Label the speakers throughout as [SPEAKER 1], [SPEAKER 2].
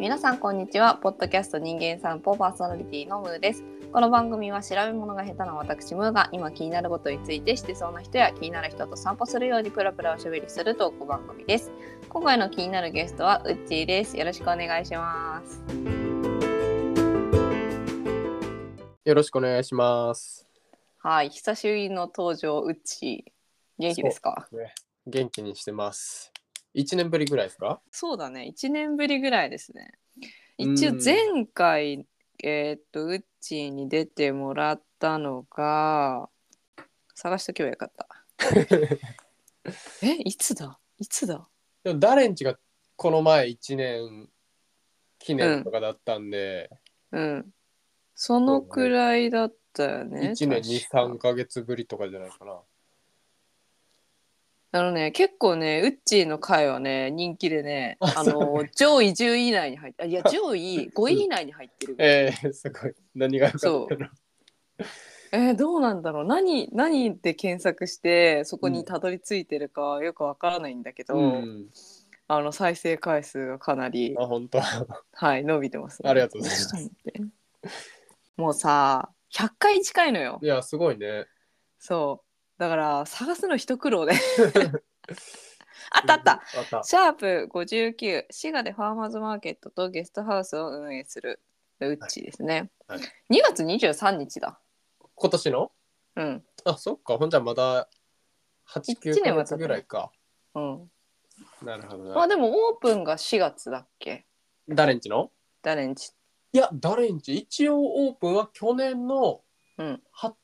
[SPEAKER 1] 皆さんこんにちはポッドキャスト人間散歩パーソナリティのムーですこの番組は調べ物が下手な私ムーが今気になることについてしてそうな人や気になる人と散歩するようにプラプラおしゃべりするトーク番組です今回の気になるゲストはうっちーですよろしくお願いします
[SPEAKER 2] よろしくお願いします。
[SPEAKER 1] はい久しぶりの登場うっちー元気ですか
[SPEAKER 2] 元気にしてます。1年ぶりぐらいですか
[SPEAKER 1] そうだね1年ぶりぐらいですね
[SPEAKER 2] うん
[SPEAKER 1] 一応前回えーっとうっちーに出てもらったのが探しとけばよかった えいつだいつだ
[SPEAKER 2] でも誰んちがこの前1年記念とかだったんで、
[SPEAKER 1] うんそのくらいだったよね
[SPEAKER 2] 1年2、3
[SPEAKER 1] 確か
[SPEAKER 2] ヶ月ぶりとかじゃないかな。
[SPEAKER 1] あのね結構ねうっちーの回はね人気でねあの上位10位以内に入って あいや上位5位以内に入ってる
[SPEAKER 2] ええすごい。何が良かったの
[SPEAKER 1] そうえーどうなんだろう何何で検索してそこにたどり着いてるかはよくわからないんだけど、
[SPEAKER 2] うん。
[SPEAKER 1] あの再生回数がかなり、
[SPEAKER 2] あ、本当。
[SPEAKER 1] はい、伸びてます、
[SPEAKER 2] ありがとうございます
[SPEAKER 1] ちょっと待って もうさ100回近いのよ
[SPEAKER 2] いや、すごいね。
[SPEAKER 1] そうだから探すの一苦 労で あったあった
[SPEAKER 2] あった。
[SPEAKER 1] シャープ59滋賀でファーマーズマーケットとゲストハウスを運営するうっちですね、
[SPEAKER 2] はいはい
[SPEAKER 1] 2月23日だ
[SPEAKER 2] 今年の
[SPEAKER 1] うん
[SPEAKER 2] あ、そっか。ほんじゃまだ8、
[SPEAKER 1] 一
[SPEAKER 2] 9
[SPEAKER 1] 年は経っ
[SPEAKER 2] ヶ
[SPEAKER 1] た
[SPEAKER 2] 月ぐらいか。
[SPEAKER 1] うん
[SPEAKER 2] なるほど
[SPEAKER 1] まあ
[SPEAKER 2] ね。
[SPEAKER 1] でもオープンが4月だっけ
[SPEAKER 2] 誰んちの
[SPEAKER 1] 誰んち
[SPEAKER 2] いや、誰んち一応オープンは去年の
[SPEAKER 1] うん
[SPEAKER 2] は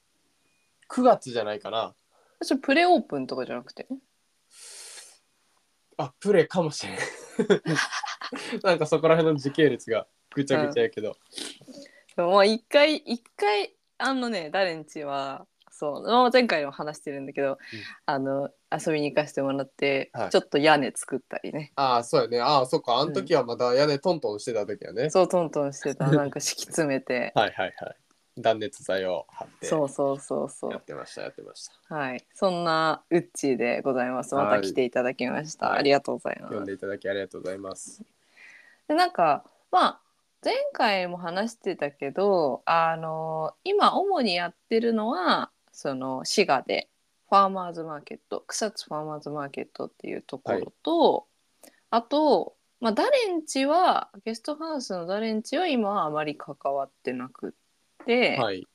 [SPEAKER 2] 9月じゃないかな。
[SPEAKER 1] それプレオープンとかじゃなくて
[SPEAKER 2] あ、プレーかも しれん。なんかそこら辺の時系列がぐちゃぐちゃやけど。
[SPEAKER 1] でもまあ一回一回あのねダレンチはそうまあ前回も話してるんだけど、あの遊びに行かせてもらって、
[SPEAKER 2] はい
[SPEAKER 1] ちょっと屋根作ったりね
[SPEAKER 2] ああ、そうやね。ああ、そっか。あの時はまだ屋根トントンしてた時やね。
[SPEAKER 1] そうトントンして たなんか敷き詰めて
[SPEAKER 2] はいはいはい。断熱材を貼って。
[SPEAKER 1] そうそうそうそ
[SPEAKER 2] や
[SPEAKER 1] う
[SPEAKER 2] ってました、やってました。
[SPEAKER 1] はいそんなウッチーでございますま
[SPEAKER 2] は
[SPEAKER 1] た
[SPEAKER 2] い
[SPEAKER 1] 来ていただきました、
[SPEAKER 2] はい
[SPEAKER 1] ありがとうございます
[SPEAKER 2] 読んでいただきありがとうございます。
[SPEAKER 1] でなんかまあ前回も話してたけどあの今主にやってるのはその滋賀でファーマーズマーケット草津ファーマーズマーケットっていうところと、あと、まあ、ダレンチはゲストハウスのダレンチは今はあまり関わってなくって、
[SPEAKER 2] はい。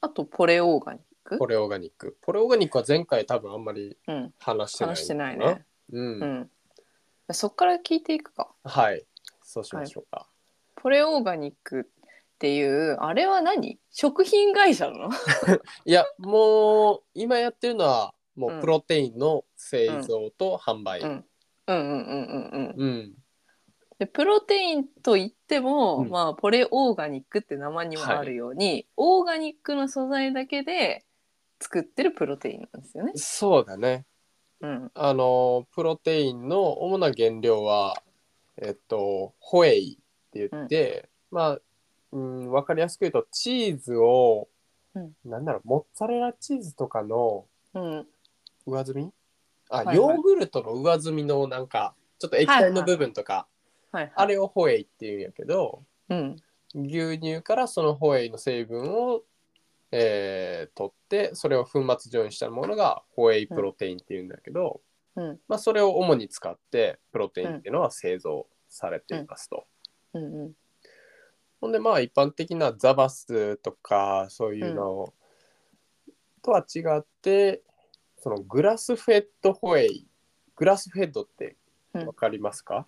[SPEAKER 1] あとポレオーガニック
[SPEAKER 2] ポレオーガニック。ポレオーガニックは前回多分あんまり
[SPEAKER 1] うん、
[SPEAKER 2] 話してない。
[SPEAKER 1] 話してないね。。
[SPEAKER 2] うん。
[SPEAKER 1] うん、そっから聞いていくか。
[SPEAKER 2] はい。そうしましょうか。
[SPEAKER 1] ポレオーガニックっていうあれは何食品会社なの
[SPEAKER 2] いや、もう、今やってるのは、も
[SPEAKER 1] うん
[SPEAKER 2] うプロテインの製造と販売。
[SPEAKER 1] う
[SPEAKER 2] うんん。
[SPEAKER 1] うんうんうんうんうんでプロテインといっても、
[SPEAKER 2] うん
[SPEAKER 1] まあ、ポレオーガニックって名前にもあるように、オーガニックの素材だけで作ってるプロテインなんですよね。
[SPEAKER 2] そうだね。
[SPEAKER 1] うん、
[SPEAKER 2] あの、プロテインの主な原料は、えっと、ホエイって言って、まあ、うん、わかりやすく言うと、チーズを、
[SPEAKER 1] うん
[SPEAKER 2] なんだろう、モッツァレラチーズとかの
[SPEAKER 1] うん、
[SPEAKER 2] 上積みあ、
[SPEAKER 1] いはい
[SPEAKER 2] ヨーグルトの上積みのなんか、ちょっと液体の部分とか、
[SPEAKER 1] はいはい、
[SPEAKER 2] あれをホエイって言うんやけど、
[SPEAKER 1] うん
[SPEAKER 2] 牛乳からそのホエイの成分を、えー取ってそれを粉末状にしたものがホエイプロテインっていうんだけど、
[SPEAKER 1] うん
[SPEAKER 2] まあ、それを主に使ってプロテインっていうのは製造されていますと。
[SPEAKER 1] うんうん
[SPEAKER 2] ほんでまあ一般的なザバスとかそういうのとは違ってそのグラスフェッドホエイグラスフェッドって分かりますか、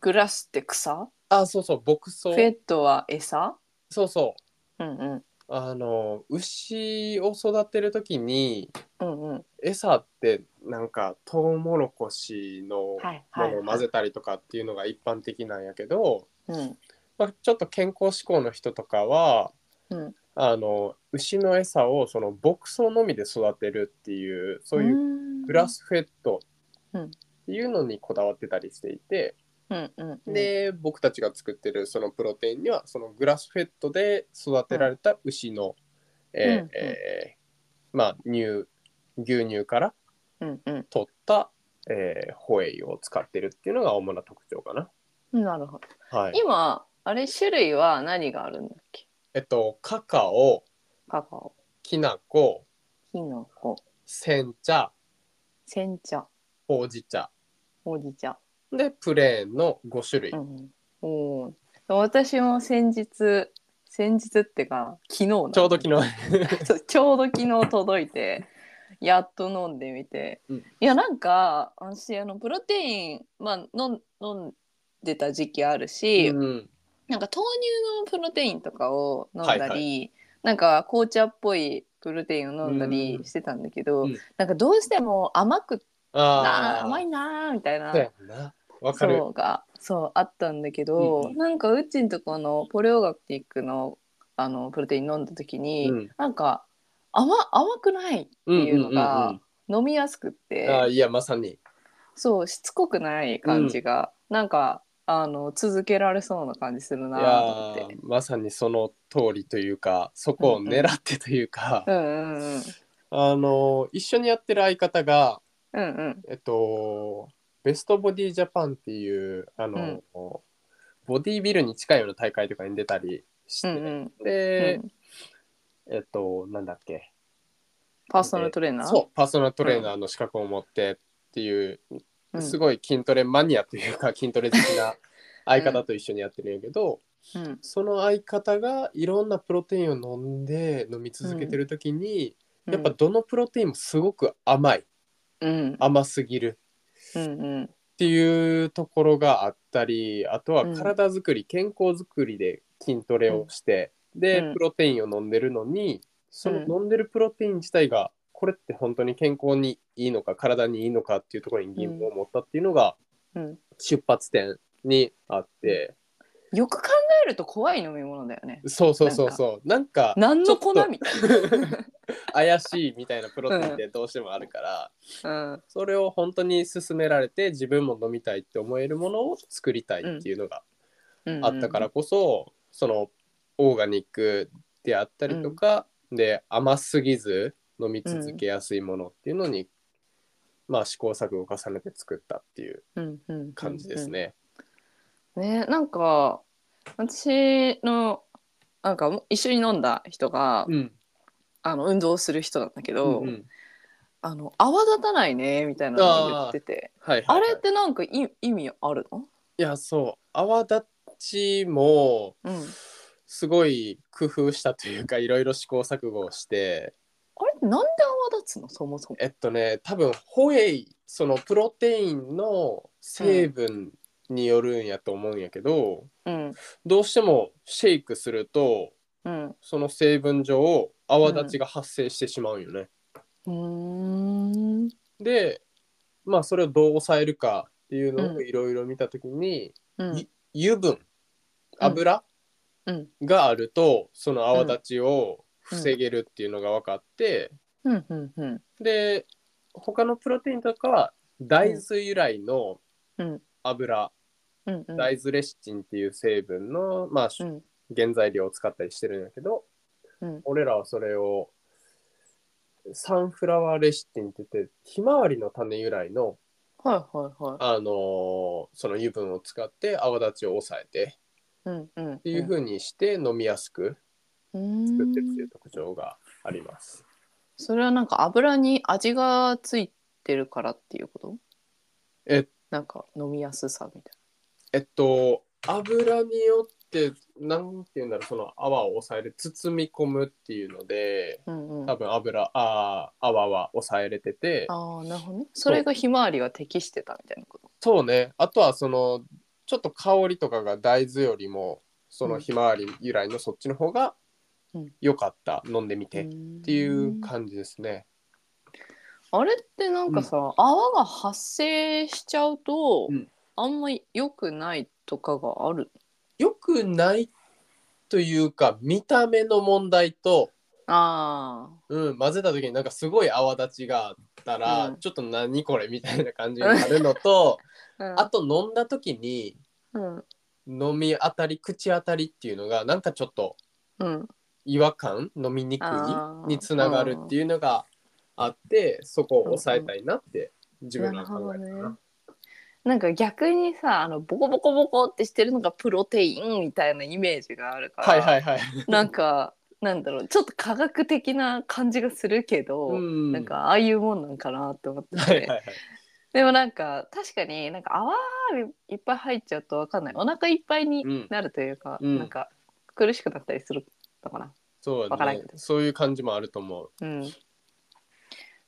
[SPEAKER 1] グラスって草
[SPEAKER 2] あそうそう牧草
[SPEAKER 1] フェットは餌
[SPEAKER 2] そうそう
[SPEAKER 1] うんうん
[SPEAKER 2] あの牛を育てる時に
[SPEAKER 1] うんうん
[SPEAKER 2] 餌ってなんかトウモロコシの
[SPEAKER 1] はい
[SPEAKER 2] も
[SPEAKER 1] はい
[SPEAKER 2] のを混ぜたりとかっていうのが一般的なんやけど、
[SPEAKER 1] うん
[SPEAKER 2] まあ、ちょっと健康志向の人とかは
[SPEAKER 1] うん
[SPEAKER 2] あの牛の餌をその牧草のみで育てるっていうそういう
[SPEAKER 1] う
[SPEAKER 2] グラスフェット
[SPEAKER 1] うん
[SPEAKER 2] っていうのにこだわってたりしていて、
[SPEAKER 1] うんうんうん
[SPEAKER 2] で僕たちが作ってるそのプロテインにはそのグラスフェットで育てられた牛の、えー
[SPEAKER 1] うん
[SPEAKER 2] えーまあ乳牛乳から
[SPEAKER 1] うんうん
[SPEAKER 2] 取った、えーホエイを使ってるっていうのが主な特徴かな。
[SPEAKER 1] なるほど。
[SPEAKER 2] はい。
[SPEAKER 1] 今、あれ、種類は何があるんだっけ
[SPEAKER 2] えっと、カカオ、
[SPEAKER 1] カカオ、
[SPEAKER 2] きなこ、
[SPEAKER 1] キノコ、
[SPEAKER 2] 煎茶、
[SPEAKER 1] 煎茶、
[SPEAKER 2] ほうじ茶。
[SPEAKER 1] ほうじ茶。
[SPEAKER 2] で、プレーンの5種類。
[SPEAKER 1] うん。おー私も先日、先日ってか、昨日なんだ
[SPEAKER 2] ちょうど昨 日。
[SPEAKER 1] そうちょうど昨日届いてやっと飲んでみて、
[SPEAKER 2] うん
[SPEAKER 1] いやなんか私あのプロテイン、まあ、飲ん飲んでた時期あるし、
[SPEAKER 2] うん。
[SPEAKER 1] なんか豆乳のプロテインとかを飲んだり、
[SPEAKER 2] はいは
[SPEAKER 1] なんか紅茶っぽいプロテインを飲んだりしてたんだけど、
[SPEAKER 2] うん
[SPEAKER 1] なんかどうしても甘くな
[SPEAKER 2] ああ。
[SPEAKER 1] 甘いなーみたいな
[SPEAKER 2] そうやんな。わかる。
[SPEAKER 1] そうがそうあったんだけど、
[SPEAKER 2] うん
[SPEAKER 1] なんかうちんとこのポレオガクティックのあのプロテイン飲んだ時に、
[SPEAKER 2] うん
[SPEAKER 1] なんか甘甘くない
[SPEAKER 2] うん
[SPEAKER 1] っていうのが
[SPEAKER 2] うん
[SPEAKER 1] 飲みやすくって、
[SPEAKER 2] うんうんあーいや、まさに。
[SPEAKER 1] そうしつこくない感じが、なんかあの続けられそうな感じする
[SPEAKER 2] い
[SPEAKER 1] な
[SPEAKER 2] や
[SPEAKER 1] と思って
[SPEAKER 2] ー。まさにその通りというか、そこを狙ってというか、
[SPEAKER 1] うんうんうん
[SPEAKER 2] あの、一緒にやってる相方が、
[SPEAKER 1] うんうん
[SPEAKER 2] えっと、ベストボディジャパンっていう、あの、ボディビルに近いような大会とかに出たりして、
[SPEAKER 1] うんうん
[SPEAKER 2] で、
[SPEAKER 1] うん
[SPEAKER 2] えっと、なんだっけ、
[SPEAKER 1] パーソナルトレーナー
[SPEAKER 2] そう、パーソナルトレーナーの資格を持ってっていう、
[SPEAKER 1] うん
[SPEAKER 2] すごい筋トレマニアというか、筋トレ好きな相方と一緒にやってるんやけど、
[SPEAKER 1] うん
[SPEAKER 2] その相方がいろんなプロテインを飲んで、飲み続けてる時に、やっぱどのプロテインもすごく甘い、
[SPEAKER 1] うん
[SPEAKER 2] 甘すぎる。
[SPEAKER 1] うんうん
[SPEAKER 2] っていうところがあったりあとは
[SPEAKER 1] うん
[SPEAKER 2] 体づくり、健康づくりで筋トレをして、で
[SPEAKER 1] うん
[SPEAKER 2] プロテインを飲んでるのにその飲んでるプロテイン自体がこれって本当に健康にいいのか体にいいのかっていうところに疑問を持ったっていうのが
[SPEAKER 1] うん
[SPEAKER 2] 出発点にあって、
[SPEAKER 1] よく考えると怖い飲み物だよね
[SPEAKER 2] そうそうそうそうなんか
[SPEAKER 1] 何の粉
[SPEAKER 2] ちょっと
[SPEAKER 1] みたい
[SPEAKER 2] 怪しいみたいなプロテインってどうしてもあるから、
[SPEAKER 1] な、うん、
[SPEAKER 2] それを本当に勧められて自分も飲みたいって思えるものを作りたいっていうのが
[SPEAKER 1] うんうん
[SPEAKER 2] あったからこそ、そのオーガニックであったりとか、で甘すぎず飲み続けやすいものっていうのに、まあ試行錯誤を重ねて作ったっていう
[SPEAKER 1] うんうんうんうん
[SPEAKER 2] 感じですね。
[SPEAKER 1] ねなんか私のなんか一緒に飲んだ人が、
[SPEAKER 2] うん
[SPEAKER 1] あの運動する人なんだけ
[SPEAKER 2] う
[SPEAKER 1] ど、
[SPEAKER 2] んうん
[SPEAKER 1] あの泡立たないねみたいなのを言ってて
[SPEAKER 2] はいはい
[SPEAKER 1] あ,、
[SPEAKER 2] はい
[SPEAKER 1] れってなんかい意味あるの、
[SPEAKER 2] いやそう泡立ちも
[SPEAKER 1] うん、あ
[SPEAKER 2] すごい工夫したというかいろいろ試行錯誤をして
[SPEAKER 1] れってなんで泡立つのそもそも。
[SPEAKER 2] えっとね多分ホエイそのプロテインの成分によるんやと思うんやけど、
[SPEAKER 1] うん
[SPEAKER 2] どうしてもシェイクすると
[SPEAKER 1] うん
[SPEAKER 2] その成分上泡立ちが発生してしまうんよね。
[SPEAKER 1] うーん
[SPEAKER 2] でまあそれをどう抑えるかっていうの
[SPEAKER 1] う
[SPEAKER 2] を
[SPEAKER 1] ん
[SPEAKER 2] いろいろ見た時に、
[SPEAKER 1] うん
[SPEAKER 2] 油分油、
[SPEAKER 1] うん
[SPEAKER 2] があるとその泡立ちを防げるっていうのが分かって、
[SPEAKER 1] うんうんうん
[SPEAKER 2] で他のプロテインとかは大豆由来の
[SPEAKER 1] うん
[SPEAKER 2] 油、
[SPEAKER 1] うんうん
[SPEAKER 2] 大豆レシチンっていう成分の、まあ、
[SPEAKER 1] うん
[SPEAKER 2] 原材料を使ったりしてるんだけど、
[SPEAKER 1] うん
[SPEAKER 2] 俺らはそれをサンフラワーレシティンって言ってひまわりの種由来の、
[SPEAKER 1] はいはいはい。
[SPEAKER 2] あのーその油分を使って泡立ちを抑えて
[SPEAKER 1] うんうんうん、っ
[SPEAKER 2] っていう風にして飲みやすく作ってるっていう特徴があります。
[SPEAKER 1] それはなんか油に味がついてるからっていうこと
[SPEAKER 2] え
[SPEAKER 1] なんか飲みやすさみたい
[SPEAKER 2] えっと油によってなんて言うんだろうその泡を抑える包み込むっていうので
[SPEAKER 1] な。うんうん、
[SPEAKER 2] 多
[SPEAKER 1] あ
[SPEAKER 2] 分油あー泡は抑えれてて。
[SPEAKER 1] あーなるほどね。それがひまわりは適してたみたいなこと。
[SPEAKER 2] そうねあとはそのちょっと香りとかが大豆よりもそのひまわり由来のそっちの方が
[SPEAKER 1] うん
[SPEAKER 2] 良かった、飲んでみてっ
[SPEAKER 1] って
[SPEAKER 2] いう感じですね。
[SPEAKER 1] あれってなんかさ、泡が発生しちゃうと、
[SPEAKER 2] うん
[SPEAKER 1] あんま良くないとかがある。
[SPEAKER 2] 良くないというか見た目の問題と、
[SPEAKER 1] あ
[SPEAKER 2] うん、混ぜた時になんかすごい泡立ちがあったら、
[SPEAKER 1] うん
[SPEAKER 2] ちょっと何これみたいな感じになるのと
[SPEAKER 1] あ。うん
[SPEAKER 2] あと飲んだ時に
[SPEAKER 1] うん
[SPEAKER 2] 飲み当たり口当たりっていうのがなんかちょっと
[SPEAKER 1] うん
[SPEAKER 2] 違和感飲みにくい
[SPEAKER 1] あー
[SPEAKER 2] につながるっていうのがあってそこを抑えたいなって自分は考えた
[SPEAKER 1] な
[SPEAKER 2] か
[SPEAKER 1] るほど
[SPEAKER 2] な。
[SPEAKER 1] なんか逆にさあのボコボコボコってしてるのがプロテインみたいなイメージがあるから、
[SPEAKER 2] はいはいはい。
[SPEAKER 1] なんかなんだろうちょっと科学的な感じがするけど、
[SPEAKER 2] うん
[SPEAKER 1] なんかああいうもんなんかなって思ってて、
[SPEAKER 2] はいはいはい。
[SPEAKER 1] でもなんか確かになんか泡いっぱい入っちゃうとわかんないお腹いっぱいに
[SPEAKER 2] うん
[SPEAKER 1] なるというか、
[SPEAKER 2] うん
[SPEAKER 1] なんか苦しくなったりするのかな。
[SPEAKER 2] そう
[SPEAKER 1] わから
[SPEAKER 2] だ
[SPEAKER 1] ん
[SPEAKER 2] ね
[SPEAKER 1] け。ど
[SPEAKER 2] そういう感じもあると思
[SPEAKER 1] うん、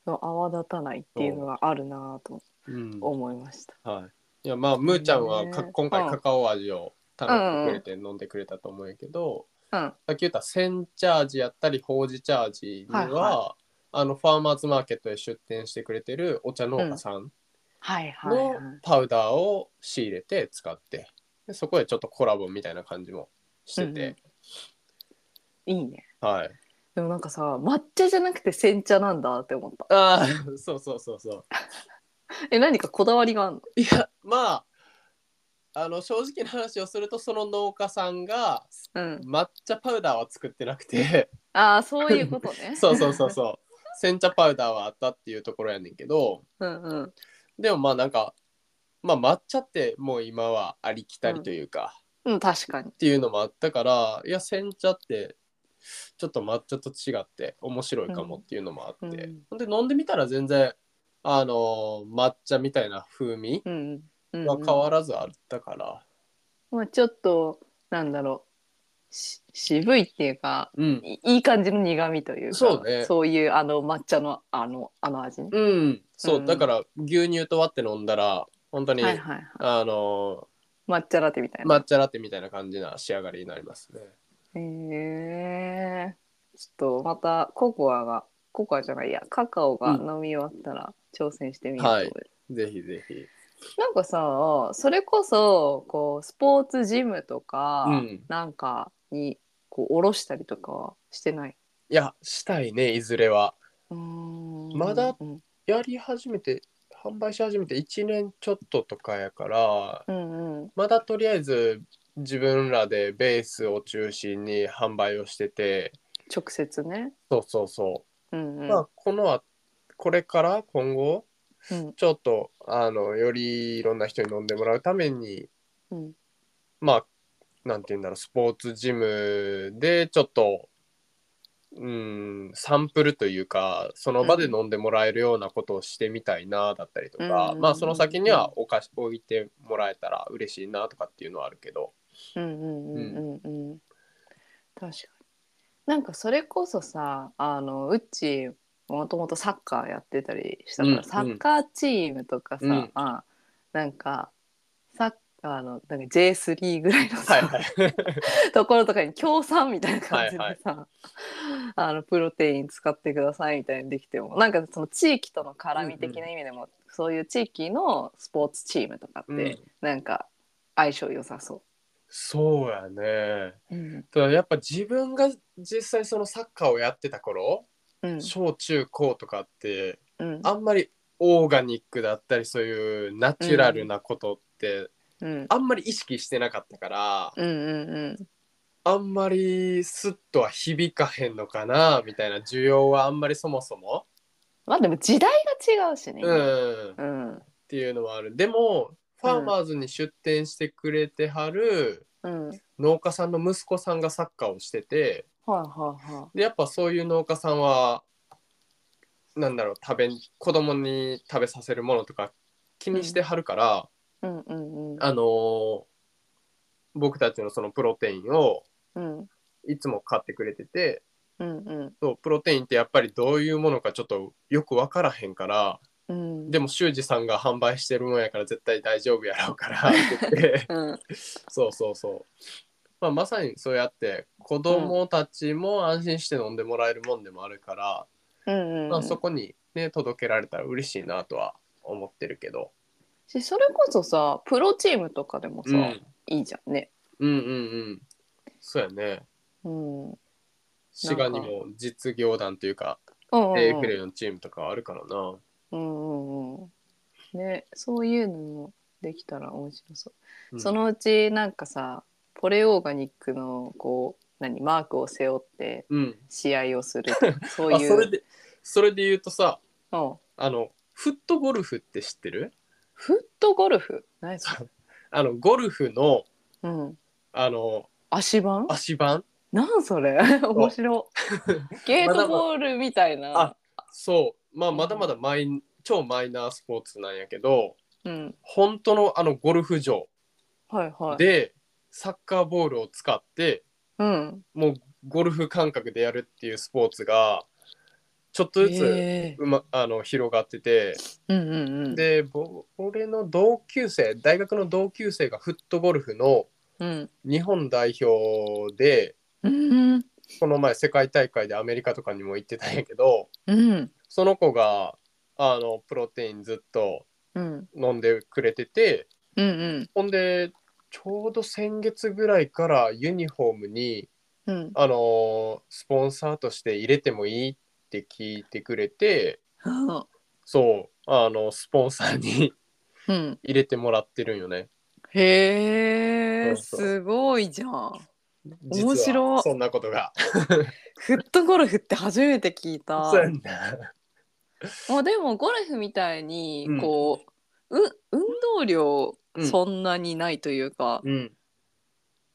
[SPEAKER 1] の泡立たないっていうのはあるなぁと
[SPEAKER 2] う。うん。
[SPEAKER 1] 思いました。
[SPEAKER 2] はい。いやまあむーちゃんはか
[SPEAKER 1] ね
[SPEAKER 2] 今
[SPEAKER 1] う
[SPEAKER 2] 回
[SPEAKER 1] ん
[SPEAKER 2] カカオ味を頼んでくれて飲んでくれたと思うんやけど、
[SPEAKER 1] うん、
[SPEAKER 2] さっき言ったセンチャージやったりほうじチャージには、
[SPEAKER 1] はいは
[SPEAKER 2] あのファーマーズマーケットで出店してくれてるお茶農家さん
[SPEAKER 1] はいはい、はい。
[SPEAKER 2] のパウダーを仕入れて使ってでそこでちょっとコラボみたいな感じもしてて、
[SPEAKER 1] いいね。
[SPEAKER 2] はい
[SPEAKER 1] でもなんかさ抹茶じゃなくて煎茶なんだって思った。
[SPEAKER 2] ああ そうそうそうそう
[SPEAKER 1] え何かこだわりがあるの？
[SPEAKER 2] いやまああの正直な話をするとその農家さんが
[SPEAKER 1] うん。
[SPEAKER 2] 抹茶パウダーは作ってな くて。
[SPEAKER 1] ああそういうことね
[SPEAKER 2] そうそうそうそう煎茶パウダーはあったっていうところやねんけど
[SPEAKER 1] うんうん。
[SPEAKER 2] でもまあなんかまあ抹茶ってもう今はありきたりというか、
[SPEAKER 1] うん確かに。
[SPEAKER 2] っていうのもあったからいや煎茶ってちょっと抹茶と違って面白いかもっていうのもあって、
[SPEAKER 1] うん
[SPEAKER 2] ほんで飲んでみたら全然あのー抹茶みたいな風味
[SPEAKER 1] うんうん。
[SPEAKER 2] は変わらずあったから、
[SPEAKER 1] まあちょっとなんだろうし渋いっていうか。
[SPEAKER 2] うん、
[SPEAKER 1] いいい感じの苦味というか
[SPEAKER 2] そうね
[SPEAKER 1] そういうあの抹茶のあのあの味ね、
[SPEAKER 2] うん、そう、
[SPEAKER 1] うん
[SPEAKER 2] だから牛乳と割って飲んだら本当に、
[SPEAKER 1] はいはいはい
[SPEAKER 2] あの
[SPEAKER 1] 抹茶ラテみた
[SPEAKER 2] ー
[SPEAKER 1] いな
[SPEAKER 2] 抹茶ラテみたいな感じな仕上がりになりますね。
[SPEAKER 1] へえちょっとまたココアがココアじゃないやカカオが飲み終わったら挑戦してみようと思う、
[SPEAKER 2] はいぜひぜひ。
[SPEAKER 1] なんかさそれこそこうスポーツジムとか、
[SPEAKER 2] うん
[SPEAKER 1] なんかにこうおろしたりとかはしてない
[SPEAKER 2] いやしたいねいずれは。
[SPEAKER 1] うーん
[SPEAKER 2] まだ
[SPEAKER 1] うん
[SPEAKER 2] やり始めて販売し始めて1年ちょっととかやから
[SPEAKER 1] うんうん
[SPEAKER 2] まだとりあえず自分らでベースを中心に販売をしてて
[SPEAKER 1] 直接ね
[SPEAKER 2] そうそうそうう、
[SPEAKER 1] んうん
[SPEAKER 2] まあこのあこれから今後
[SPEAKER 1] うん
[SPEAKER 2] ちょっとあのよりいろんな人に飲んでもらうために
[SPEAKER 1] うん
[SPEAKER 2] まあ、なんて言うんだろう、スポーツジムでちょっと、うん、サンプルというか、その場で飲んでもらえるようなことをしてみたいな、だったりとか、
[SPEAKER 1] うん
[SPEAKER 2] まあ、その先にはお菓子置いてもらえたら嬉しいなとかっていうのはあるけど。
[SPEAKER 1] うんうんうんうんうん確かになんかそれこそさあのうちもともとサッカーやってたりしたから、
[SPEAKER 2] うん
[SPEAKER 1] サッカーチームとかさ、
[SPEAKER 2] うん
[SPEAKER 1] あなんかサッあのなんか J3 ぐらいのさ、
[SPEAKER 2] はいはい。
[SPEAKER 1] ところとかに協賛みたいな感じでさ、
[SPEAKER 2] はい
[SPEAKER 1] あのプロテイン使ってくださいみたいにできてもなんかその地域との絡み的な意味でも、そういう地域のスポーツチームとかって、
[SPEAKER 2] うん
[SPEAKER 1] なんか相性良さそ
[SPEAKER 2] そうやね。
[SPEAKER 1] う。うん
[SPEAKER 2] ただやっぱ自分が実際そのサッカーをやってた頃、
[SPEAKER 1] うん
[SPEAKER 2] 小中高とかって、
[SPEAKER 1] うん
[SPEAKER 2] あんまりオーガニックだったり、そういうナチュラルなことって、
[SPEAKER 1] うん
[SPEAKER 2] あんまり意識してなかったから、
[SPEAKER 1] うんうん
[SPEAKER 2] あんまりスッとは響かへんのかなみたいな需要はあんまりそもそも、
[SPEAKER 1] まあでも時代が違うしね。
[SPEAKER 2] うん、っ
[SPEAKER 1] うん
[SPEAKER 2] ていうのはあるでもファーマーズに出店してくれてはる
[SPEAKER 1] うんはい
[SPEAKER 2] 農家さんの息子さんがサッカーをしてて
[SPEAKER 1] はいは
[SPEAKER 2] でやっぱそういう農家さんはなんだろう食べ子供に食べさせるものとか気にしてはるか
[SPEAKER 1] い。
[SPEAKER 2] ら、
[SPEAKER 1] うんうんうん
[SPEAKER 2] あのー僕たちのそのプロテインを
[SPEAKER 1] うん
[SPEAKER 2] いつも買ってくれてて
[SPEAKER 1] うんうん
[SPEAKER 2] そうプロテインってやっぱりどういうものかちょっとよく分からへんから
[SPEAKER 1] うん。
[SPEAKER 2] でも修二さんが販売してるもんやから絶対大丈夫やろ うからって言って
[SPEAKER 1] うん
[SPEAKER 2] そうそうそう、まあ、まさにそうやって子供たちも安心して飲んでもらえるもんでもあるから、
[SPEAKER 1] うんうん
[SPEAKER 2] まあ、そこにね届けられたら嬉しいなとは思ってるけど、
[SPEAKER 1] しそれこそさプロチームとかでもさ、
[SPEAKER 2] うん、
[SPEAKER 1] いいじゃんね。
[SPEAKER 2] うんうんうんそうやね
[SPEAKER 1] うん。うん
[SPEAKER 2] 滋賀にも実業団というか
[SPEAKER 1] うんうん
[SPEAKER 2] AFL のチームとかあるからな
[SPEAKER 1] うんうんうん。ねそういうのもできたら面白そう。
[SPEAKER 2] うん
[SPEAKER 1] そのうちなんかさポレオーガニックのこう何マークを背負って
[SPEAKER 2] うん
[SPEAKER 1] 試合をす るとかそう
[SPEAKER 2] あ
[SPEAKER 1] いう。
[SPEAKER 2] それでそれで言うとさ
[SPEAKER 1] うん
[SPEAKER 2] あのフットゴルフって知ってる
[SPEAKER 1] フットゴルフ何それ、
[SPEAKER 2] あのゴルフの
[SPEAKER 1] うん、
[SPEAKER 2] あの
[SPEAKER 1] 足盤
[SPEAKER 2] 足盤
[SPEAKER 1] なんそれ面 白ゲートボールみたいな
[SPEAKER 2] あそうまあまだまだマイ超マイナースポーツなんやけど
[SPEAKER 1] うん
[SPEAKER 2] 本当のあのゴルフ場
[SPEAKER 1] はいはい
[SPEAKER 2] でサッカーボールを使って
[SPEAKER 1] うん
[SPEAKER 2] もうゴルフ感覚でやるっていうスポーツがちょっとずつ
[SPEAKER 1] へー
[SPEAKER 2] うま、あの広がってて
[SPEAKER 1] うんうんうん
[SPEAKER 2] でぼ俺の同級生大学の同級生がフットゴルフの
[SPEAKER 1] うん
[SPEAKER 2] 日本代表で
[SPEAKER 1] うん
[SPEAKER 2] この前世界大会でアメリカとかにも行ってたんやけど
[SPEAKER 1] うん
[SPEAKER 2] その子があのプロテインずっと
[SPEAKER 1] うん
[SPEAKER 2] 飲んでくれてて
[SPEAKER 1] うん
[SPEAKER 2] ほんでちょうど先月ぐらいからユニフォームに
[SPEAKER 1] うん
[SPEAKER 2] あのスポンサーとして入れてもいいって聞いてくれて
[SPEAKER 1] うん
[SPEAKER 2] そうあのスポンサーに
[SPEAKER 1] うん
[SPEAKER 2] 入れてもらってるんよね
[SPEAKER 1] へえ
[SPEAKER 2] そうそう
[SPEAKER 1] すごいじゃん
[SPEAKER 2] 実は
[SPEAKER 1] 面白い
[SPEAKER 2] そんなことが
[SPEAKER 1] フットゴルフって初めて聞いた
[SPEAKER 2] そうやんな
[SPEAKER 1] まあでもゴルフみたいに
[SPEAKER 2] うん
[SPEAKER 1] こう、う運動量
[SPEAKER 2] うん
[SPEAKER 1] そんなにないというか、
[SPEAKER 2] うん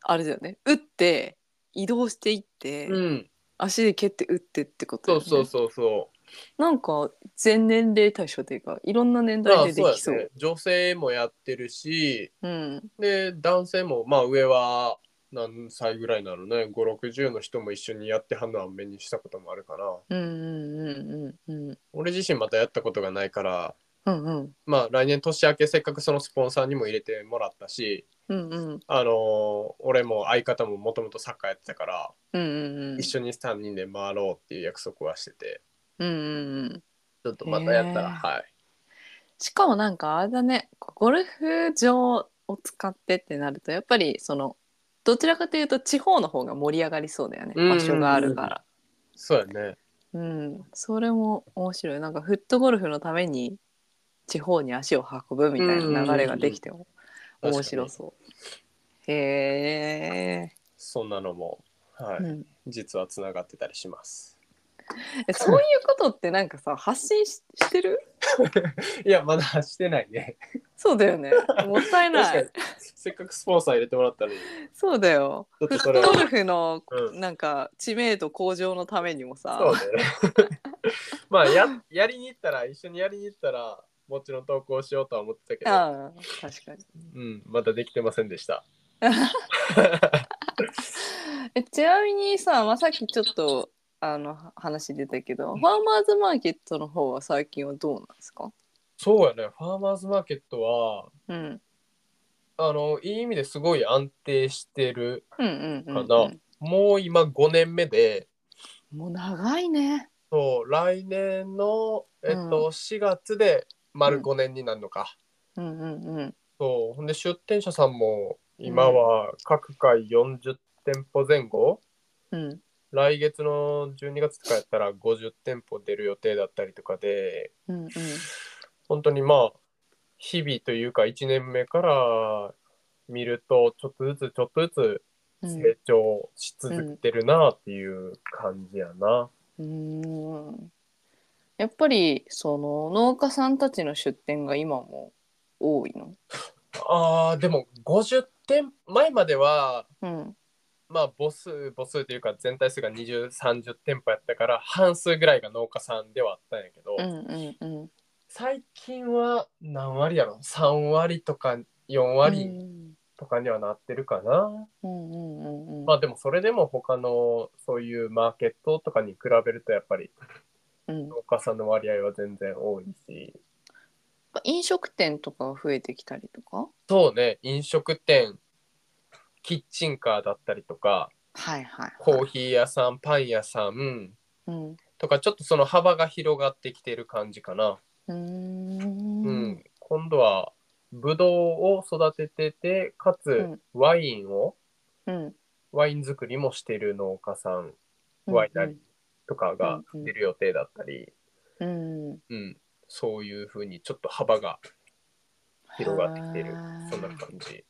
[SPEAKER 1] あれだよね打って移動していって、
[SPEAKER 2] うん
[SPEAKER 1] 足で蹴って打ってってことだ
[SPEAKER 2] そ
[SPEAKER 1] よ
[SPEAKER 2] う
[SPEAKER 1] ね
[SPEAKER 2] そうそうそう
[SPEAKER 1] なんか全年齢対象というかいろんな年
[SPEAKER 2] ま
[SPEAKER 1] 代
[SPEAKER 2] あ
[SPEAKER 1] でで
[SPEAKER 2] そう
[SPEAKER 1] きそう
[SPEAKER 2] やね女性もやってるし
[SPEAKER 1] うん
[SPEAKER 2] で男性もまあ上は何歳ぐらいなのね560の人も一緒にやってはんのは目にしたこともあるかな
[SPEAKER 1] うんうんうんうん
[SPEAKER 2] 俺自身またやったことがないから
[SPEAKER 1] うんうん
[SPEAKER 2] まあ来年年明けせっかくそのスポンサーにも入れてもらったし
[SPEAKER 1] うんうん
[SPEAKER 2] あのー俺も相方ももともとサッカーやってたから、
[SPEAKER 1] うんうんうん
[SPEAKER 2] 一緒に3人で回ろうっていう約束はしてて
[SPEAKER 1] うんうんうん
[SPEAKER 2] ちょっとまたやったら、
[SPEAKER 1] へー
[SPEAKER 2] はい
[SPEAKER 1] しかもなんかあれだねゴルフ場を使ってってなるとやっぱりそのどちらかというと地方の方が盛り上がりそうだよね
[SPEAKER 2] うんうんうん
[SPEAKER 1] 場所があるから。
[SPEAKER 2] そうやね
[SPEAKER 1] うん、それも面白いなんかフットゴルフのために地方に足を運ぶみたいな流れができても面白
[SPEAKER 2] 確かに
[SPEAKER 1] そう。へえ、
[SPEAKER 2] そんなのも、はい
[SPEAKER 1] うん
[SPEAKER 2] 実はつながってたりします
[SPEAKER 1] えそういうことってなんかさ発信ししてる
[SPEAKER 2] いやまだしてないね
[SPEAKER 1] そうだよねもったいな
[SPEAKER 2] 確
[SPEAKER 1] い
[SPEAKER 2] かにせっかくスポンサー入れてもらったのに
[SPEAKER 1] そうだよ
[SPEAKER 2] ちょ
[SPEAKER 1] フ
[SPEAKER 2] っ
[SPEAKER 1] ッ
[SPEAKER 2] とそ
[SPEAKER 1] ト
[SPEAKER 2] れは
[SPEAKER 1] ゴルフの
[SPEAKER 2] う
[SPEAKER 1] なんか知名度向上のためにもさ
[SPEAKER 2] そうだよね まあややりに行ったら一緒にやりに行ったらもちろん投稿しようとは思ってたけど、
[SPEAKER 1] ああ確かに
[SPEAKER 2] うん、まだできてませんでした
[SPEAKER 1] えちなみにさ、まあ、さっきちょっとあのは話出たけどファーマーズマーケットの方は最近はどうなんですか
[SPEAKER 2] そうやねファーマーズマーケットは
[SPEAKER 1] うん
[SPEAKER 2] あのいい意味ですごい安定してる
[SPEAKER 1] うんうんうん、
[SPEAKER 2] かなもう今5年目で
[SPEAKER 1] もう長いね
[SPEAKER 2] そう来年の、えっと
[SPEAKER 1] う
[SPEAKER 2] 4月で丸5年になるのか、
[SPEAKER 1] うんうんうん
[SPEAKER 2] そうほんで出店者さんも今は各回40店舗前後、
[SPEAKER 1] うん
[SPEAKER 2] 来月の12月とかやったら50店舗出る予定だったりとかで
[SPEAKER 1] うんうん
[SPEAKER 2] 本当にまあ日々というか1年目から見るとちょっとずつちょっとずつ
[SPEAKER 1] うん
[SPEAKER 2] 成長し続けてるなっていう感じやな。
[SPEAKER 1] うーんやっぱりその農家さんたちの出店が今も多いの
[SPEAKER 2] あーでも50店前までは
[SPEAKER 1] うん
[SPEAKER 2] まあ母数母数というか全体数が2030店舗やったから半数ぐらいが農家さんではあったんやけど、
[SPEAKER 1] うんうんうん
[SPEAKER 2] 最近は何割やろ3割とか4割。
[SPEAKER 1] うん
[SPEAKER 2] とかにはなってるかな。
[SPEAKER 1] うんうんうんうん
[SPEAKER 2] まあでもそれでも他のそういうマーケットとかに比べるとやっぱり
[SPEAKER 1] うん
[SPEAKER 2] 農家さんの割合は全然多いし。
[SPEAKER 1] 飲食店とかが増えてきたりとか
[SPEAKER 2] そうね、飲食店、キッチンカーだったりとか、
[SPEAKER 1] はいはい、はい、
[SPEAKER 2] コーヒー屋さん、パン屋さん
[SPEAKER 1] うんう
[SPEAKER 2] とか、ちょっとその幅が広がってきてる感じかな。
[SPEAKER 1] ー
[SPEAKER 2] うんん。今度は、ブドウを育ててて、かつワインを、
[SPEAKER 1] うん
[SPEAKER 2] ワイン作りもしてる農家さんワイナリーとかが出る予定だったり、
[SPEAKER 1] うんうん
[SPEAKER 2] うん、そういうふうにちょっと幅が広がってきてる
[SPEAKER 1] はあ
[SPEAKER 2] そんな感じ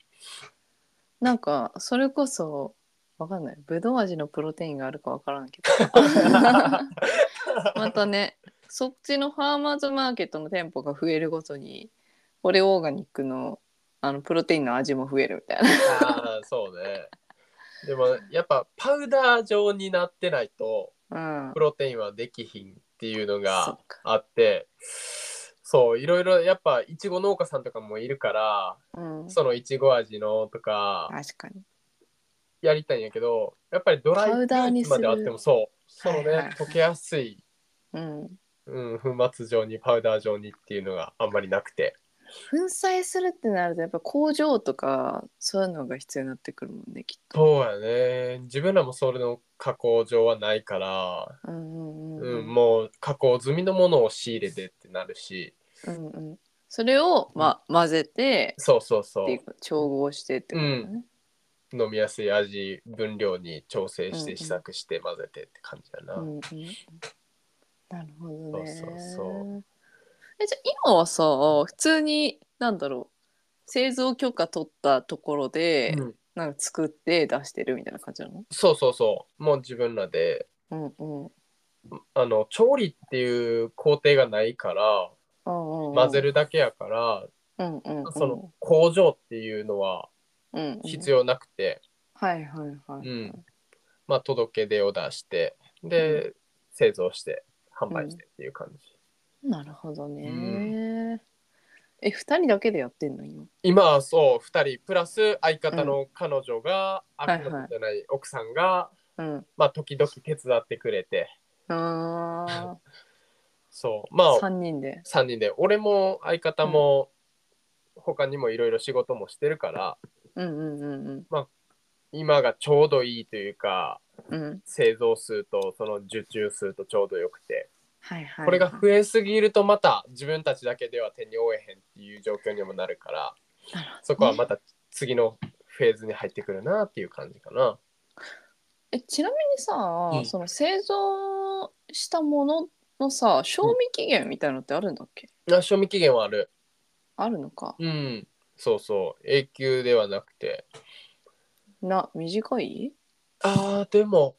[SPEAKER 1] なんかそれこそわかんないぶどう味のプロテインがあるかわからんけど またねそっちのファーマーズマーケットの店舗が増えるごとにこれオーガニックのあのプロテインの味も増えるみたいな。
[SPEAKER 2] ああそうねでもやっぱパウダー状になってないと
[SPEAKER 1] うん
[SPEAKER 2] プ、ロテインはできひんっていうの
[SPEAKER 1] そっ
[SPEAKER 2] が
[SPEAKER 1] か
[SPEAKER 2] あってそういろいろやっぱいちご農家さんとかもいるから
[SPEAKER 1] うん、
[SPEAKER 2] そのいちご味のとか
[SPEAKER 1] 確かに。
[SPEAKER 2] やりたいんやけどやっぱりドライ
[SPEAKER 1] パウダーにす
[SPEAKER 2] ま
[SPEAKER 1] る
[SPEAKER 2] であってもそうその
[SPEAKER 1] は
[SPEAKER 2] ね、
[SPEAKER 1] いはいはい
[SPEAKER 2] 溶けやすい、
[SPEAKER 1] うん、
[SPEAKER 2] うん、粉末状にパウダー状にっていうのがあんまりなくて
[SPEAKER 1] 粉砕するってなるとやっぱ工場とかそういうのが必要になってくるもんねきっと。
[SPEAKER 2] そうやね自分らもそれの加工場はないから、
[SPEAKER 1] うんうん
[SPEAKER 2] う
[SPEAKER 1] うんん
[SPEAKER 2] もう加工済みのものを仕入れてってなるし
[SPEAKER 1] うんうんそれを、ま、混ぜて
[SPEAKER 2] そうそうそ
[SPEAKER 1] っていうか調合してってことだね。
[SPEAKER 2] う飲みやすい味分量に調整し
[SPEAKER 1] うんう
[SPEAKER 2] て
[SPEAKER 1] ん
[SPEAKER 2] 試作して混ぜてって感じやな、
[SPEAKER 1] うんうんなるほどね。
[SPEAKER 2] そうそうそう
[SPEAKER 1] えじゃあ今はさ普通になんだろう製造許可取ったところで、
[SPEAKER 2] うん
[SPEAKER 1] なんか作って出してるみたいな感じなの
[SPEAKER 2] そうそうそうもう自分らで
[SPEAKER 1] うんうん
[SPEAKER 2] あの調理っていう工程がないから
[SPEAKER 1] うんうん。
[SPEAKER 2] 混ぜるだけやから、
[SPEAKER 1] うんうんうん
[SPEAKER 2] その工場っていうのは
[SPEAKER 1] うんうん
[SPEAKER 2] 必要なくて、
[SPEAKER 1] はいはいはい。
[SPEAKER 2] うんまあ、届け出を出してで、製造して販売してっていう感じ、
[SPEAKER 1] なるほどね。
[SPEAKER 2] う
[SPEAKER 1] え、二人だけでやってんの今。
[SPEAKER 2] 今はそう2人プラス相方の彼女が、あ
[SPEAKER 1] はいはい
[SPEAKER 2] 彼女じゃない奥さんが、
[SPEAKER 1] うん。
[SPEAKER 2] まあ、時々手伝ってくれて
[SPEAKER 1] あ
[SPEAKER 2] そうま
[SPEAKER 1] あ、
[SPEAKER 2] あ
[SPEAKER 1] 三人で。
[SPEAKER 2] 3人で俺も相方も、他にもいろいろ仕事もしてるから
[SPEAKER 1] うんうんうん
[SPEAKER 2] 今がちょうどいいというか
[SPEAKER 1] うん。うん。
[SPEAKER 2] 製造数とその受注数とちょうどよくて
[SPEAKER 1] はいはい。
[SPEAKER 2] これが増えすぎるとまた自分たちだけでは手に負えへんっていう状況にもなるから
[SPEAKER 1] なるほどね
[SPEAKER 2] そこはまた次のフェーズに入ってくるなっていう感じかな。
[SPEAKER 1] え、ちなみにさ、
[SPEAKER 2] うん
[SPEAKER 1] その製造したもののさ、賞味期限みたいなのってあるんだっけ、
[SPEAKER 2] あ賞味期限はある。
[SPEAKER 1] あるのか。
[SPEAKER 2] うん。そうそう。永久ではなくて。
[SPEAKER 1] な、短い、
[SPEAKER 2] あーでも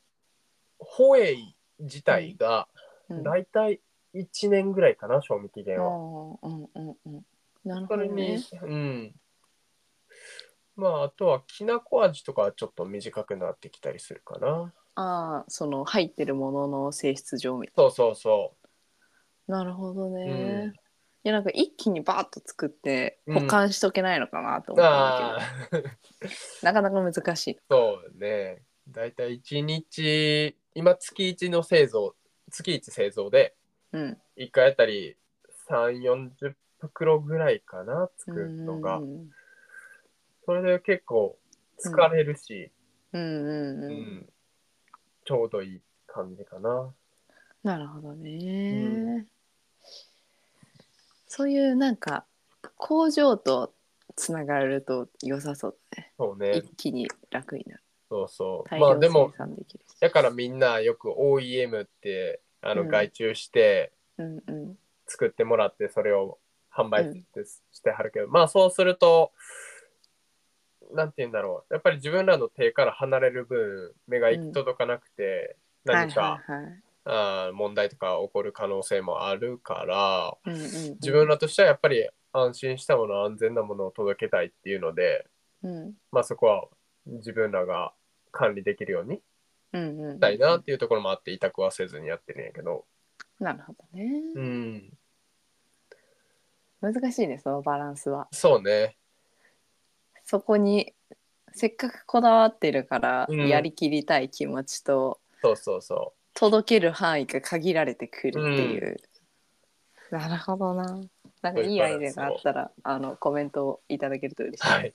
[SPEAKER 2] ホエイ自体が
[SPEAKER 1] うん、
[SPEAKER 2] だいたい1年ぐらいかな、賞味期
[SPEAKER 1] あ
[SPEAKER 2] 限は。
[SPEAKER 1] ーうんうんうん。なる
[SPEAKER 2] そ
[SPEAKER 1] ほ
[SPEAKER 2] れ
[SPEAKER 1] ど
[SPEAKER 2] に、
[SPEAKER 1] ね。
[SPEAKER 2] うん。まああとはきなこ味とかはちょっと短くなってきたりするかな。
[SPEAKER 1] ああ、その入ってるものの性質上みたい
[SPEAKER 2] そうそうそ
[SPEAKER 1] な。なるほどね。
[SPEAKER 2] うん
[SPEAKER 1] いやなんか一気にバーッと作って
[SPEAKER 2] うん
[SPEAKER 1] 保管しとけないのかなと
[SPEAKER 2] う。
[SPEAKER 1] 思ったんだけど、
[SPEAKER 2] ああ。
[SPEAKER 1] なかなか難しい。
[SPEAKER 2] そうね。だいたい1日、今月1の製造、月1製造で、
[SPEAKER 1] うん。
[SPEAKER 2] 1回あたり3、40袋ぐらいかな、作るのが
[SPEAKER 1] う。ん
[SPEAKER 2] それで結構疲れるし、
[SPEAKER 1] うんうん
[SPEAKER 2] う
[SPEAKER 1] うんん。
[SPEAKER 2] ちょうどいい感じかな。
[SPEAKER 1] なるほどね、
[SPEAKER 2] う
[SPEAKER 1] そういうなんか工場とつながると良さそうだね。
[SPEAKER 2] そうね
[SPEAKER 1] 一。気に楽になる。
[SPEAKER 2] そうそう。
[SPEAKER 1] 大
[SPEAKER 2] まあ
[SPEAKER 1] 量
[SPEAKER 2] でも
[SPEAKER 1] 生、産できるし。
[SPEAKER 2] だからみんなよく OEM って、あ
[SPEAKER 1] う
[SPEAKER 2] の、
[SPEAKER 1] ん
[SPEAKER 2] 外注して
[SPEAKER 1] うんうん。
[SPEAKER 2] 作ってもらって、それを販売
[SPEAKER 1] うん
[SPEAKER 2] ってしてはるけど、まあそうすると、なんて言うんだろう。やっぱり自分らの手から離れる分、目が行き届かなくて、何か、
[SPEAKER 1] はいはいはい。
[SPEAKER 2] あー問題とか起こる可能性もあるから、
[SPEAKER 1] うんうんうん、
[SPEAKER 2] 自分らとしてはやっぱり安心したもの安全なものを届けたいっていうので、
[SPEAKER 1] うん
[SPEAKER 2] まあ、そこは自分らが管理できるように
[SPEAKER 1] うんうん、
[SPEAKER 2] したいなっていうところもあって委託はせずにやってるんやけど、
[SPEAKER 1] なるほどね、
[SPEAKER 2] うん、
[SPEAKER 1] 難しいねそのバランスは
[SPEAKER 2] そうね
[SPEAKER 1] そこにせっかくこだわってるから
[SPEAKER 2] うん
[SPEAKER 1] やりきりたい気持ちと、
[SPEAKER 2] そうそうそ
[SPEAKER 1] 届ける範囲が限られてくるっていう、なるほどななんかいいアイデアがあったらあのコメントをいただけると嬉し
[SPEAKER 2] う
[SPEAKER 1] い、
[SPEAKER 2] はい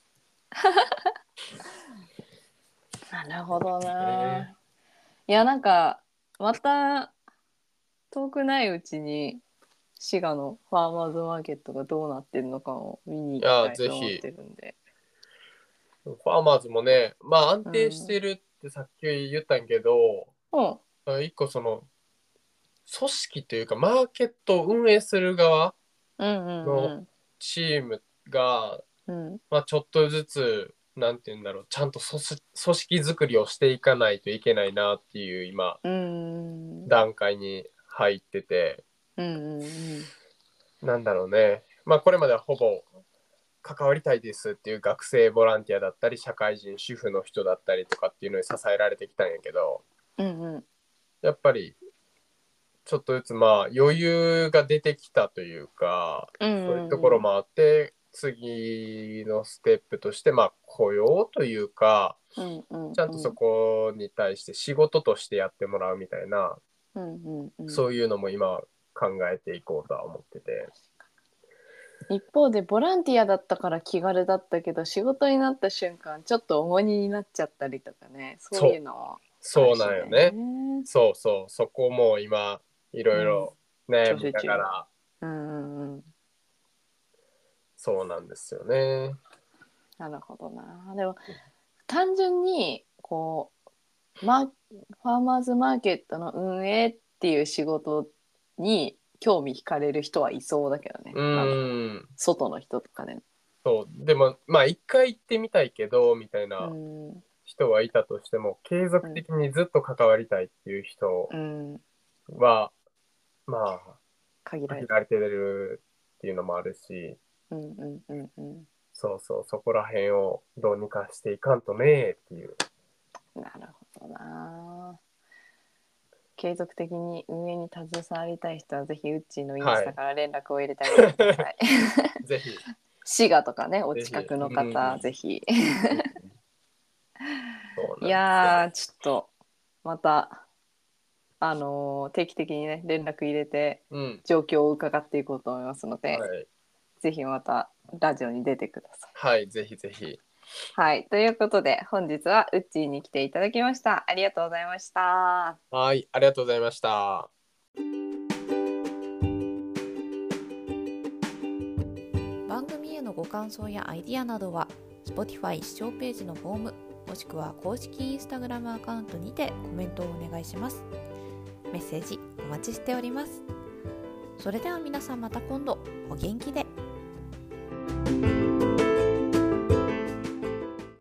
[SPEAKER 1] なるほどな、
[SPEAKER 2] ね
[SPEAKER 1] いやなんかまた遠くないうちに滋賀のファーマーズマーケットがどうなってるのかを見に行きたいと思ってるんで
[SPEAKER 2] ファーマーズもねまあ安定してるってさっき言ったんやけど、
[SPEAKER 1] うん
[SPEAKER 2] 一個その組織というかマーケットを運営する側
[SPEAKER 1] うんうん
[SPEAKER 2] チームが、
[SPEAKER 1] うんうん
[SPEAKER 2] まあ、ちょっとずつなんて言うんだろうちゃんと組織組織作りをしていかないといけないなっていう今
[SPEAKER 1] うんうん
[SPEAKER 2] 段階に入ってて
[SPEAKER 1] うんうん
[SPEAKER 2] なんだろうねまあこれまではほぼ関わりたいですっていう学生ボランティアだったり社会人主婦の人だったりとかっていうのに支えられてきたんやけど
[SPEAKER 1] うんうん
[SPEAKER 2] やっぱりちょっとずつまあ余裕が出てきたというか
[SPEAKER 1] う
[SPEAKER 2] そ
[SPEAKER 1] ん
[SPEAKER 2] ういうところもあって次のステップとしてまあ雇用というか
[SPEAKER 1] うんうん
[SPEAKER 2] ちゃんとそこに対して仕事としてやってもらうみたいな
[SPEAKER 1] うんうんうん
[SPEAKER 2] そういうのも今考えていこうとは思ってて。
[SPEAKER 1] 一方でボランティアだったから気軽だったけど仕事になった瞬間ちょっと重荷になっちゃったりとかねそういうのは
[SPEAKER 2] そうなんよね
[SPEAKER 1] あるし。ね
[SPEAKER 2] そうそう、そこも今、いろいろ悩みなが
[SPEAKER 1] 調
[SPEAKER 2] ら、
[SPEAKER 1] うんうんうん
[SPEAKER 2] そうなんですよね。
[SPEAKER 1] なるほどなでも単純にこうマーファーマーズマーケットの運営っていう仕事に興味惹かれる人はいそうだけどね、
[SPEAKER 2] う
[SPEAKER 1] なんか
[SPEAKER 2] ん、
[SPEAKER 1] 外の人とかね。
[SPEAKER 2] そう、でも、まあ、一回行ってみたいけど、みたいうなん
[SPEAKER 1] う
[SPEAKER 2] 人はいたとしても、継続的にずっと関わりたいっていう人
[SPEAKER 1] ん、
[SPEAKER 2] は、まあ、
[SPEAKER 1] 限られ
[SPEAKER 2] 限
[SPEAKER 1] た。
[SPEAKER 2] られてるっていうのもあるし、
[SPEAKER 1] うんうんうんうん
[SPEAKER 2] そうそう、そこら辺をどうにかしていかんとねっていう。
[SPEAKER 1] なるほどな。継続的に運営に携わりたい人はぜひウッチーのインスタから連絡を入れてあげてください。
[SPEAKER 2] ぜひ。
[SPEAKER 1] 滋賀とかねお近くの方ぜ
[SPEAKER 2] ぜ
[SPEAKER 1] ひ。
[SPEAKER 2] そうなんですよ
[SPEAKER 1] いやーちょっとまたあのー定期的にね連絡入れて
[SPEAKER 2] うん。
[SPEAKER 1] 状況を伺っていこうと思いますので、
[SPEAKER 2] はい、
[SPEAKER 1] ぜひまたラジオに出てください。
[SPEAKER 2] はい、ぜひぜひ。
[SPEAKER 1] はい、ということで本日はウッチーに来ていただきました。ありがとうございました。
[SPEAKER 2] はい、ありがとうございました。
[SPEAKER 3] 番組へのご感想やアイディアなどは Spotify 視聴ページのフォームもしくは公式 Instagram アカウントにてコメントをお願いしますメッセージお待ちしておりますそれでは皆さんまた今度お元気で